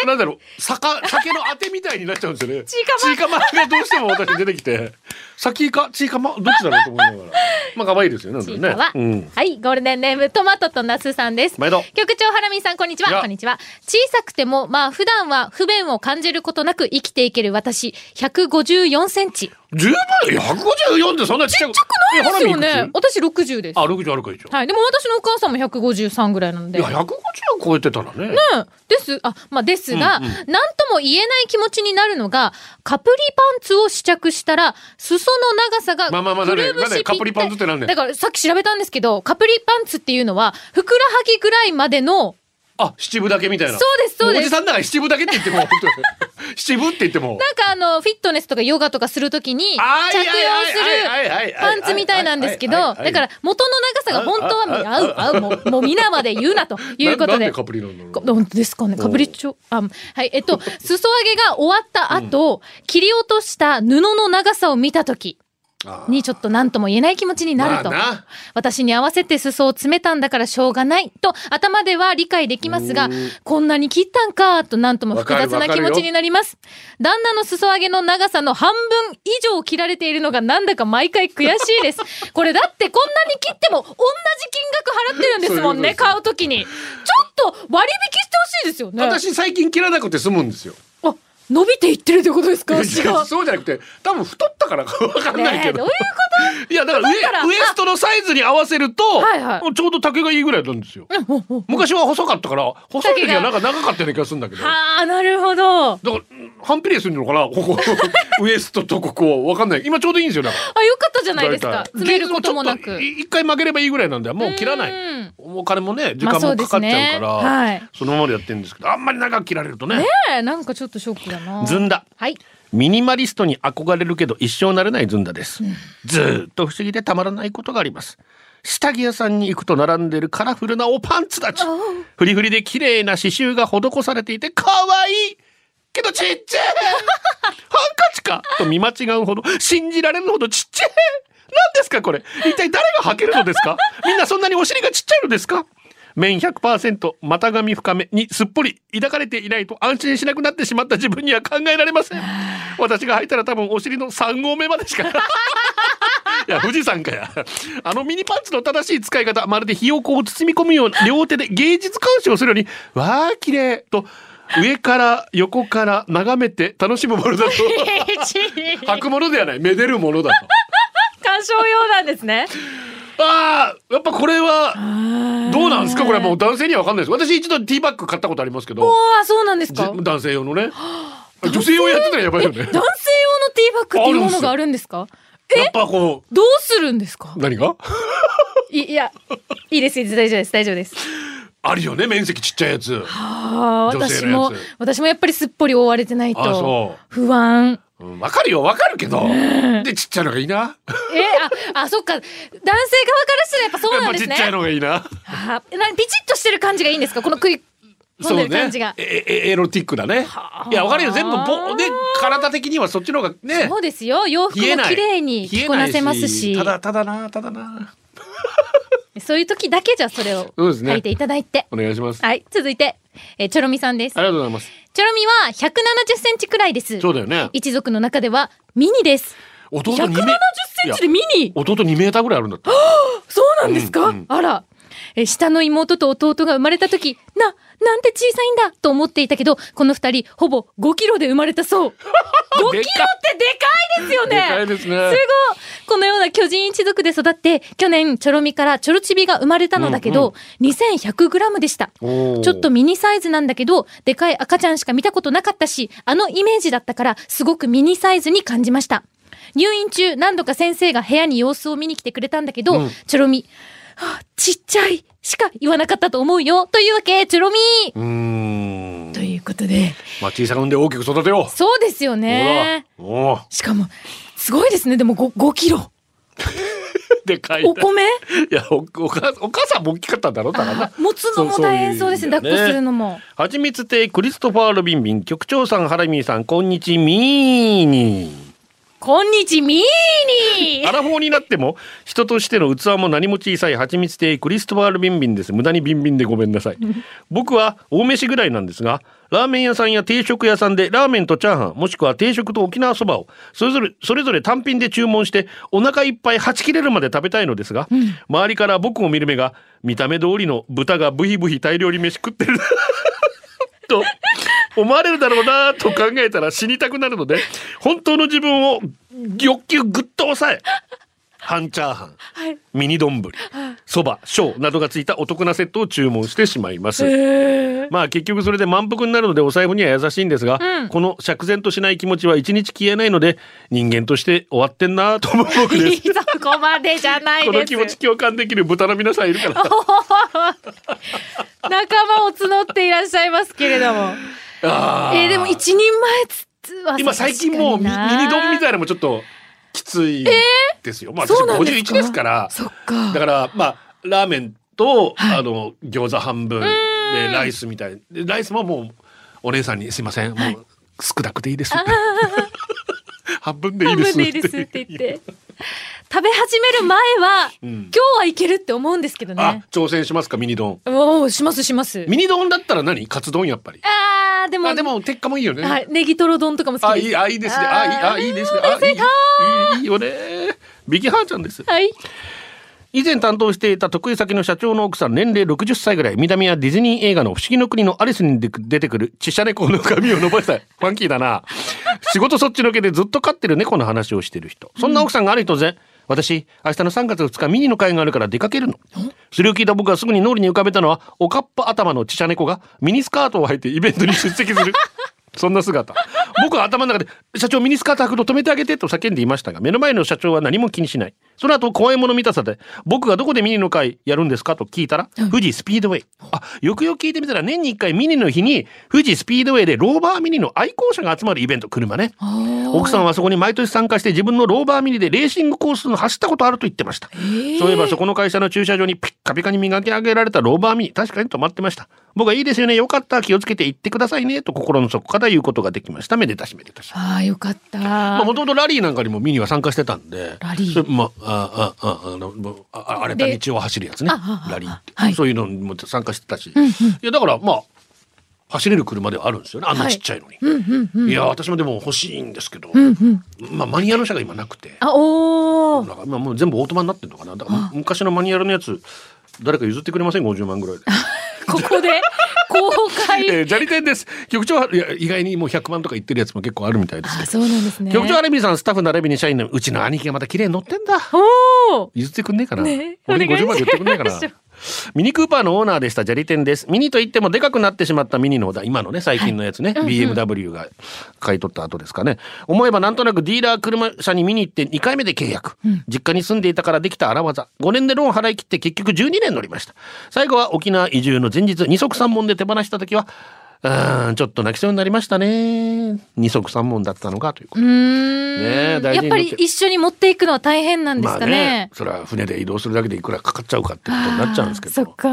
Speaker 5: なんだろう、酒、酒のあてみたいになっちゃうんですよね。
Speaker 6: [LAUGHS] ちいかわ
Speaker 5: ちいかまがどうしても私出てきて、先いか、ちいかま、どっちだろうと思いなが
Speaker 6: [LAUGHS]
Speaker 5: ら。まあ可愛いですよね、
Speaker 6: ちい
Speaker 5: 本
Speaker 6: か
Speaker 5: 当にねう
Speaker 6: わ、
Speaker 5: ん。
Speaker 6: はい、ゴールデンネームトマトとナスさんです。
Speaker 5: 毎度
Speaker 6: 局長ハラミーさんこんにち
Speaker 5: いや
Speaker 6: は。こんにちは。小さくてもまあ普段は不便を感じることなく生きていける私154センチ。ちっ
Speaker 5: 十分 !154 ってそんなちっちゃく。ちっ
Speaker 6: ちゃくないですよね。私60です。
Speaker 5: あ、60あるか一応。
Speaker 6: はい。でも私のお母さんも153ぐらいなんで。
Speaker 5: いや、150を超えてたらね。
Speaker 6: うんです、あ、まあ、ですが、
Speaker 5: うんうん
Speaker 6: なんとも言えない気持ちになるのが、カプリパンツを試着したら、裾の長さが、
Speaker 5: まあまあまあな
Speaker 6: く
Speaker 5: んで
Speaker 6: るぶし
Speaker 5: なんでカプリパンツってなんで
Speaker 6: だからさっき調べたんですけど、カプリパンツっていうのは、ふくらはぎぐらいまでの、
Speaker 5: あ、七分だけみたいな。
Speaker 6: そうですそうです
Speaker 5: もおじさんだから七分だけって言っても、本当に七分って言っても。
Speaker 6: なんかあの、フィットネスとかヨガとかするときに、着
Speaker 5: あー
Speaker 6: 用
Speaker 5: いやいや
Speaker 6: す
Speaker 5: はいはいはいはい
Speaker 6: るパンツみたいなんですけど、
Speaker 5: はい
Speaker 6: だ
Speaker 5: はいは
Speaker 6: か
Speaker 5: い
Speaker 6: ら元の長さが本当
Speaker 5: [LAUGHS]
Speaker 6: は、
Speaker 5: あ
Speaker 6: 合う、合う、もう、もう皆まで言うなというこ
Speaker 5: な
Speaker 6: と
Speaker 5: なん
Speaker 6: で
Speaker 5: で。カプリなんだろう。
Speaker 6: 本当ですかね。かぶりちょ、あ、はい、え
Speaker 5: [LAUGHS]
Speaker 6: っと、裾上げが終わった後、切り落とした布の長さを見たとき
Speaker 5: あ
Speaker 6: にちょっと何とも言えない気持ちになると。
Speaker 5: まあな
Speaker 6: 私に合わせて裾を詰めたんだからしょうがないと頭では理解できますが、こんなに切ったんかと何とも複雑
Speaker 5: わか
Speaker 6: な
Speaker 5: るわか
Speaker 6: 気
Speaker 5: るよ
Speaker 6: 持ちになります。旦那の裾上げの長さの半分以上切られているのがなんだか毎回悔し
Speaker 5: [LAUGHS]
Speaker 6: いです。これだってこんなに切っても同じ金額払ってるんですもん
Speaker 5: そういうこと
Speaker 6: ね、
Speaker 5: です
Speaker 6: 買うときに。ちょっと割引してほしいですよね。
Speaker 5: 私最近切らなくて済むんですよ。
Speaker 6: あ、伸びていってるってことですか足
Speaker 5: 違
Speaker 6: が
Speaker 5: う。そうじゃなくて、多分太ったからわかんない
Speaker 6: ね
Speaker 5: け
Speaker 6: えどう
Speaker 5: ど
Speaker 6: いうこ。
Speaker 5: いやだからウエ
Speaker 6: 太いから
Speaker 5: ウエストのサイズに合わせると、
Speaker 6: はいはい
Speaker 5: ちょうど丈がいいぐらいなんですよ。 [LAUGHS] 昔は細かったから細い時はなんか長かったような気がするんだけど。だか
Speaker 6: はあなるほどあよ
Speaker 5: らうん反比例するのかなこ
Speaker 6: [LAUGHS]
Speaker 5: こウエストとここわかんない今ちょうどいいんですよだから
Speaker 6: かったじゃないですか
Speaker 5: 大体
Speaker 6: 詰めることもな
Speaker 5: ゲーズ
Speaker 6: く
Speaker 5: ちょっとい一回曲げればいいぐらいなんだよもう切らな
Speaker 6: う
Speaker 5: い
Speaker 6: ん
Speaker 5: お金もね時
Speaker 6: まあ
Speaker 5: 間もかかっちゃうから、
Speaker 6: そうですねはい
Speaker 5: そのままでやってるんですけどあんまり長く切られるとね
Speaker 6: ねえなんかちょっとショックだな
Speaker 5: ずんだ [LAUGHS]
Speaker 6: はい
Speaker 5: ミニマリストに憧れるけど一生なれないずんだです。ずーっと不思議でたまらないことがあります。下着屋さんに行くと並んでるカラフルなおパンツたち。フリフリで綺麗な刺繍が施されていて可愛いけどちっちゃい [LAUGHS] ハンカチかと見間違うほど、信じられるほどちっちゃい何ですかこれ一体誰が履けるのですかみんなそんなにお尻がちっちゃいのですか面100%股上深めにすっぽり抱かれていないと安心しなくなってしまった自分には考えられません私が履いたら多分お尻の3合目までしかいや富士山かや [LAUGHS] あのミニパンツの正しい使い方まるでひよこを包み込むような両手で芸術鑑賞するように「わあ綺麗と上から横から眺めて楽しむもの
Speaker 6: [LAUGHS]
Speaker 5: だと履くものではないめでるものだと。
Speaker 6: 鑑賞用なんで
Speaker 5: [LAUGHS]
Speaker 6: すね
Speaker 5: ああやっぱこれはどうなんですかこれはもう男性には分かんないです私一度ティーバッグ買ったことありますけど
Speaker 6: おおそうなんです
Speaker 5: ぜ
Speaker 6: か男性用
Speaker 5: 男
Speaker 6: の
Speaker 5: 性用のね女性用やってたらやばいよねや
Speaker 6: ティーバッグっていうものがあるんですか
Speaker 5: っぱこ
Speaker 6: どうするんですか
Speaker 5: う何が
Speaker 6: いいやいいですいいです大丈夫です大丈夫です
Speaker 5: あるよね面積ちっちゃいやつ
Speaker 6: ああー
Speaker 5: 女
Speaker 6: 私
Speaker 5: 性のや
Speaker 6: も
Speaker 5: つ
Speaker 6: 私もやっぱりすっぽり覆われてない
Speaker 5: あ
Speaker 6: と
Speaker 5: そ
Speaker 6: 不安
Speaker 5: うんわかるよわかるけどでちっちゃいのがいいな
Speaker 6: えああそっか男性側からしたらやっぱそう
Speaker 5: やっ
Speaker 6: な
Speaker 5: ぱ
Speaker 6: んで
Speaker 5: ち
Speaker 6: す
Speaker 5: っ
Speaker 6: ね
Speaker 5: ちゃいのがいい [LAUGHS] な
Speaker 6: あーなんピチッとしてる感じがいいんですかこの食い込んでる感じが
Speaker 5: ええエロティックだねいやわかるよ全部ぼね体的にはそっちの方がね
Speaker 6: そうですよ洋服も
Speaker 5: 冷えない
Speaker 6: 綺麗に着こなせます
Speaker 5: 冷
Speaker 6: し
Speaker 5: えないただただなただな
Speaker 6: そういう時だけじゃそれを
Speaker 5: そうですね
Speaker 6: 書いていただいて、
Speaker 5: お願いしますあ
Speaker 6: はい続いて、えーチョロミさんです
Speaker 5: りがとうございます
Speaker 6: チョロミは170センチくらいです
Speaker 5: そうだよね
Speaker 6: 一族の中ではミニです
Speaker 5: 弟
Speaker 6: 170センチで
Speaker 5: いや
Speaker 6: ミニ
Speaker 5: 弟2メーターぐらいあるんだって
Speaker 6: そうなんですか、あら。えー下の妹と弟が生まれた時、な、なんて小さいんだと思っていたけど、この二人、ほぼ5キロで生まれたそう。5キロ
Speaker 5: [LAUGHS]
Speaker 6: っ
Speaker 5: で
Speaker 6: てで
Speaker 5: か
Speaker 6: かいですよね
Speaker 5: でかいですね
Speaker 6: ごいこのような巨人一族で育って、去年、チョロミからチョロチビが生まれたのだけど、2100グラムでした。ち
Speaker 5: お
Speaker 6: ょ
Speaker 5: ー
Speaker 6: っとミニサイズなんだけど、でかい赤ちゃんしか見たことなかったし、あのイメージだったから、すごくミニサイズに感じました。入院中、何度か先生が部屋に様子を見に来てくれたんだけど、チョロミ、はあちっちゃいしか言わなかったと思うよ。というわけ、チョロミ
Speaker 5: うーん
Speaker 6: ということで。
Speaker 5: まあ小さく産んで大きく育てよう
Speaker 6: そうですよね。
Speaker 5: おー
Speaker 6: しかも、すごいですね。でも5、5キロ。
Speaker 5: でかいな
Speaker 6: お米
Speaker 5: いやおお母お母さんも大きかったんだろうだからな
Speaker 6: あ [LAUGHS] 持つのも大変そうですね。抱っこするのも。
Speaker 5: はちみつ亭クリストファー・ルビンビン局長さんハラミーさんこんにちみーに
Speaker 6: こんにちみーに
Speaker 5: アラフォーになっても人としての器も何も小さい蜂蜜亭クリストファール・ビンビンです無駄にビンビンでごめんなさい僕は大飯ぐらいなんですがラーメン屋さんや定食屋さんでラーメンとチャーハンもしくは定食と沖縄そばをそれぞれそれぞれ単品で注文してお腹いっぱいはち切れるまで食べたいのですが、周りから僕を見る目が見た目通りの豚がブヒブヒ大量に飯食ってる [LAUGHS] と思われるだろうなと考えたら死にたくなるので本当の自分を欲求ぐっと抑え半チャーハン、ミニ丼そば小などがついたお得なセットを注文してしまいます、まあ結局それで満腹になるのでお財布には優しいんですが、この釈然としない気持ちは一日消えないので人間として終わってんなと思う僕
Speaker 6: [LAUGHS]
Speaker 5: です
Speaker 6: そこまでじゃない
Speaker 5: こ
Speaker 6: で
Speaker 5: の
Speaker 6: す。
Speaker 5: 気持ち共感できる豚の皆さんいる
Speaker 6: [LAUGHS]
Speaker 5: から
Speaker 6: 仲間を募っていらっしゃいますけれども。
Speaker 5: あー
Speaker 6: えーでも一人前つつは
Speaker 5: 今最近もうミミニ丼みたい
Speaker 6: い
Speaker 5: なのもちょっときついですよ。まあ私
Speaker 6: そうなんです
Speaker 5: 51
Speaker 6: か
Speaker 5: ですから。
Speaker 6: そっか
Speaker 5: だからまあラーメンと、あの餃子半分でライスみたいでライスももうお姉さんに「すいませんもう少なくていいです」って半分 [LAUGHS] でいいです
Speaker 6: 半分でいいですって言って。食べ始める前は、今日はいけるって思うんですけど
Speaker 5: あ
Speaker 6: ね。
Speaker 5: 挑戦しますかミニ丼。
Speaker 6: おおしますします。
Speaker 5: ミニ丼だったら何カツ丼やっぱり。
Speaker 6: あーでも
Speaker 5: あでも鉄火もいいよね。
Speaker 6: はいネギトロ丼とかも好
Speaker 5: あ
Speaker 6: き
Speaker 5: い
Speaker 6: で
Speaker 5: い
Speaker 6: す。
Speaker 5: あいいですね。あいいあいいですね。あいいいいいいよね。ビキハーちゃんです。
Speaker 6: はい。
Speaker 5: 以前担当していた得意先の社長の奥さん年齢60歳ぐらい見た目はディズニー映画の「不思議の国のアリス」に出出てくるちっしゃ猫の髪を伸ばしたファンキーだな仕事そっちのけでずっと飼ってる猫の話をしてる人そんな奥さんがある日突然「私、明日の3月2日ミニの会があるから出かけるの。それを聞いた僕がすぐに脳裏に浮かべたのは、おかっぱ頭のちちゃ猫がミニスカートを履いてイベントに出席する。そんな姿。僕は頭の中で、社長ミニスカート履くの止めてあげてと叫んでいましたが、目の前の社長は何も気にしない。その後、怖いもの見たさで、僕がどこでミニの会やるんですかと聞いたら、富士スピードウェイ。あ、よくよく聞いてみたら、年に1回ミニの日に、富士スピードウェイでローバーミニの愛好者が集まるイベント、車ね。奥さんはそこに毎年参加して自分のローバーミニでレーシングコースの走ったことあると言ってました。そういえばそこの会社の駐車場にピッカピカに磨き上げられたローバーミニ、確かに止まってました。僕はいいですよね、よかった、気をつけて行ってくださいね、と心の底から言うことができました。めでたしめでたし。
Speaker 6: ああ、よかった。
Speaker 5: まあ、もともとラリーなんかにもミニは参加してたんで。
Speaker 6: ラリー
Speaker 5: それまあ、あ、あ、あ、あの、もうああ荒れた道を走るやつね
Speaker 6: であ。あ
Speaker 5: ラリーって、
Speaker 6: はい
Speaker 5: そういうのにも参加してたし。いや、だから、まあ、走れる車ではあるんですよね。あんなちっちゃいのに。いや、私もでも欲しいんですけど、まあ、マニュアル車が今なくて。
Speaker 6: あ、お
Speaker 5: だ
Speaker 6: ー。
Speaker 5: から、今もう全部オートマになってるのかな。だから、昔のマニュアルのやつ、誰か譲ってくれません ?50 万ぐらい
Speaker 6: [LAUGHS]
Speaker 5: で。
Speaker 6: ここで、公
Speaker 5: え
Speaker 6: 開。
Speaker 5: ー、砂利店です。局長はいや、意外にもう100万とか言ってるやつも結構あるみたいです
Speaker 6: あ
Speaker 5: け
Speaker 6: あ、
Speaker 5: ど。
Speaker 6: そうなんですね。
Speaker 5: 局長アレビさん、スタッフのアレビに社員のうちの兄貴がまた綺麗に乗ってんだ。
Speaker 6: おー。
Speaker 5: 譲ってくんねえかな、
Speaker 6: ね
Speaker 5: 俺に
Speaker 6: お願い
Speaker 5: 50まで言ってくんねえかな
Speaker 6: します
Speaker 5: ミニクーパーのオーナーでした砂利店ですミニといってもでかくなってしまったミニのお題今のね最近のやつね、BMW が買い取った後ですかね思えばなんとなくディーラー車社に見に行って2回目で契約、実家に住んでいたからできた荒技5年でローン払い切って結局12年乗りました最後は沖縄移住の前日二足三門で手放した時はうーんちょっと泣きそうになりましたね二足三門だったのかということ
Speaker 6: うーん。
Speaker 5: ねえ大
Speaker 6: や
Speaker 5: 事に乗
Speaker 6: っぱ
Speaker 5: って
Speaker 6: り一緒に持っていくのは大変なんですかね。
Speaker 5: それは船で移動するだけでいくらかかっちゃうかってことになっちゃうんですけ
Speaker 6: あーそ
Speaker 5: ど
Speaker 6: っか。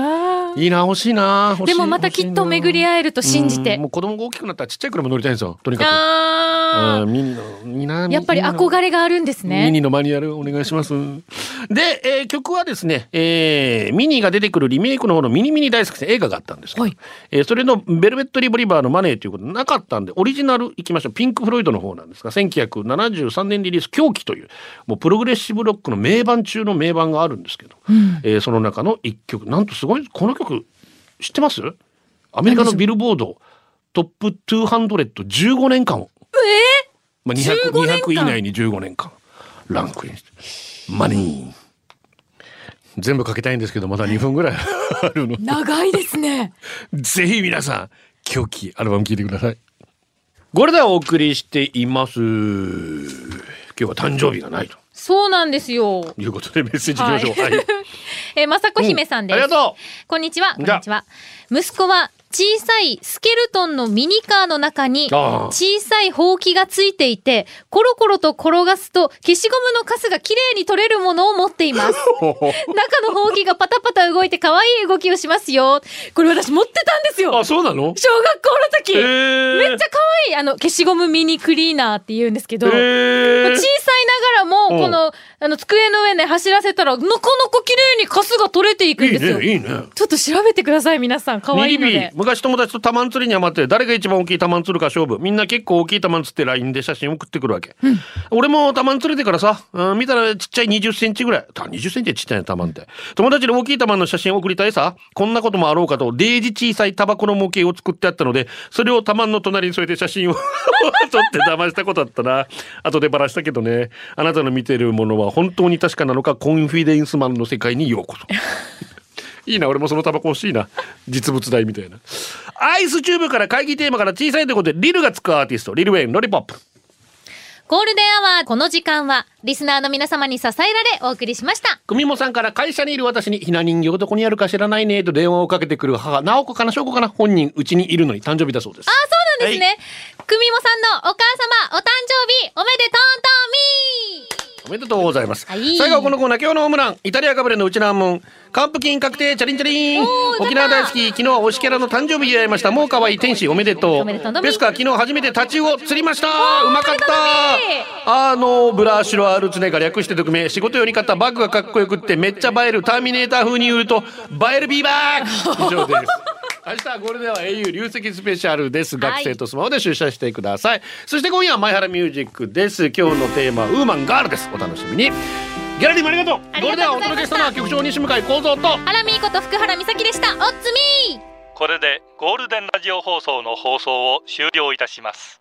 Speaker 5: いいな欲しいな欲し
Speaker 6: で
Speaker 5: い
Speaker 6: もまたきっと巡り
Speaker 5: 合
Speaker 6: 合えると信じて
Speaker 5: も。う子供が大きくなったらちっちゃい車乗りたいんですよとにかく
Speaker 6: あ
Speaker 5: うんミニのいいな
Speaker 6: あ。やっぱり憧れがあるんです
Speaker 5: ミニのミニ
Speaker 6: ね。
Speaker 5: のマニュアルお願いしますで、えー曲はですね、えーミニが出てくるリメイクの方のミニミニ大好きな映画があったんですけど、
Speaker 6: はい
Speaker 5: えーそれのベルベットリボリバーのマネーということなかったんでオリジナルいきましょうピンク・フロイドの方なんですが1973年リリース「狂気」というもうプログレッシブロックの名盤中の名盤があるんですけど、えーその中の一曲なんとすごいこの曲知ってますアメリカのビルボードトップ215年間をまあ、200,
Speaker 6: 15年間
Speaker 5: 200以内に15年間ランクインしてマニー全部かけたいんですけどまだ2分ぐらいあるの [LAUGHS] で
Speaker 6: 長いですね。
Speaker 5: ぜひ皆さん狂気アルバム聴いてくださいこれではお送りしています今日は誕生日がないと
Speaker 6: そうなんですよ。
Speaker 5: いうことでメッセージいきましょう、
Speaker 6: はい
Speaker 5: はい
Speaker 6: えー、まさこ姫さんです。
Speaker 5: うありがと
Speaker 6: こんにちは。こん
Speaker 5: じゃあ
Speaker 6: にちは。息子は小さいスケルトンのミニカーの中に
Speaker 5: ああ
Speaker 6: 小さいほうきがついていて、コロコロと転がすと消しゴムのカスがきれいに取れるものを持って
Speaker 5: [LAUGHS]
Speaker 6: います。中のほうきがパタパタ動いて可愛い動きをしますよ。これ私持ってたんです
Speaker 5: うあ
Speaker 6: よ
Speaker 5: そうな [LAUGHS] の
Speaker 6: 小学校の時、
Speaker 5: え
Speaker 6: めっちゃ可愛いあの消しゴムミニクリーナーって言うんですけど、
Speaker 5: え
Speaker 6: 小さいながらも、
Speaker 5: うん
Speaker 6: この、あの、机の上で走らせたら、なかなか綺麗にカスが取れていくん
Speaker 5: いい
Speaker 6: ですよ。
Speaker 5: ねいいね
Speaker 6: ちょっと調べてください、皆さん。可愛いの
Speaker 5: ミリビー。
Speaker 6: で
Speaker 5: 昔友達と玉ん釣りにハマって誰が一番大きい玉ん釣るか勝負みんな結構大きい玉ん釣って LINE で写真送ってくるわけ、俺も玉ん釣れてからさ、うん見たらちっちゃい2 0センチぐらいた2 0センチはちっちゃいな玉んって友達に大きい玉の写真を送りたいさこんなこともあろうかとデージ小さいタバコの模型を作ってあったのでそれを玉んの隣に添えて写真を [LAUGHS] 撮って騙したことあったな後でバラしたけどねあなたの見てるものは本当に確かなのかコンフィデンスマンの世界にようこそいいな、俺もそのタバコ欲しいな。実物大みたいな。アイスチューブから会議テーマから小さいということで、リルがつくアーティスト、リルウェイン、ロリポップ。
Speaker 6: ゴールデンアワー、この時間は、リスナーの皆様に支えられお送りしました。
Speaker 5: くみもさんから会社にいる私に、ひな人形どこにあるか知らないね、と電話をかけてくる母、直子かな、翔子かな、本人、うちにいるのに誕生日だそうです。
Speaker 6: あ、そうなんですね。くみもさんのお母様、お誕生日、おめでとうとみ
Speaker 5: おめでとうございます。
Speaker 6: はい
Speaker 5: 最後はこのコーナー、今日のホームラン、イタリアかぶれのうちの暗門、還付金確定、チャリンチャリン。沖縄大好き、昨日は推しキャラの誕生日祝いました。もう可愛い天使、おめでと
Speaker 6: おめでとう
Speaker 5: う。
Speaker 6: のみ
Speaker 5: ですから、昨日初めてタチウオ釣りました。うまかっ
Speaker 6: おめでと
Speaker 5: た。あの、ブラシロアルツネが略して特命、仕事より買ったバッグがかっこよくって、めっちゃ映えるターミネーター風に言うと、映えるビーバーグ以上です。明日はゴールデンは au 流石スペシャルです。
Speaker 6: はい
Speaker 5: 学生とスマホで出社してください。そして今夜は前原ミュージックです。今日のテーマはウーマンガールです。お楽しみに。ギャラリーもありがとう。
Speaker 6: あ
Speaker 5: ゴールデン
Speaker 6: りがと
Speaker 5: は
Speaker 6: う
Speaker 5: お
Speaker 6: ござい
Speaker 5: 届
Speaker 6: ま
Speaker 5: け
Speaker 6: し
Speaker 5: したたのは局長西向井幸三と。
Speaker 6: ー。アラミーこと福原美咲でした。おつみー
Speaker 1: これでゴールデンラジオ放送の放送を終了いたします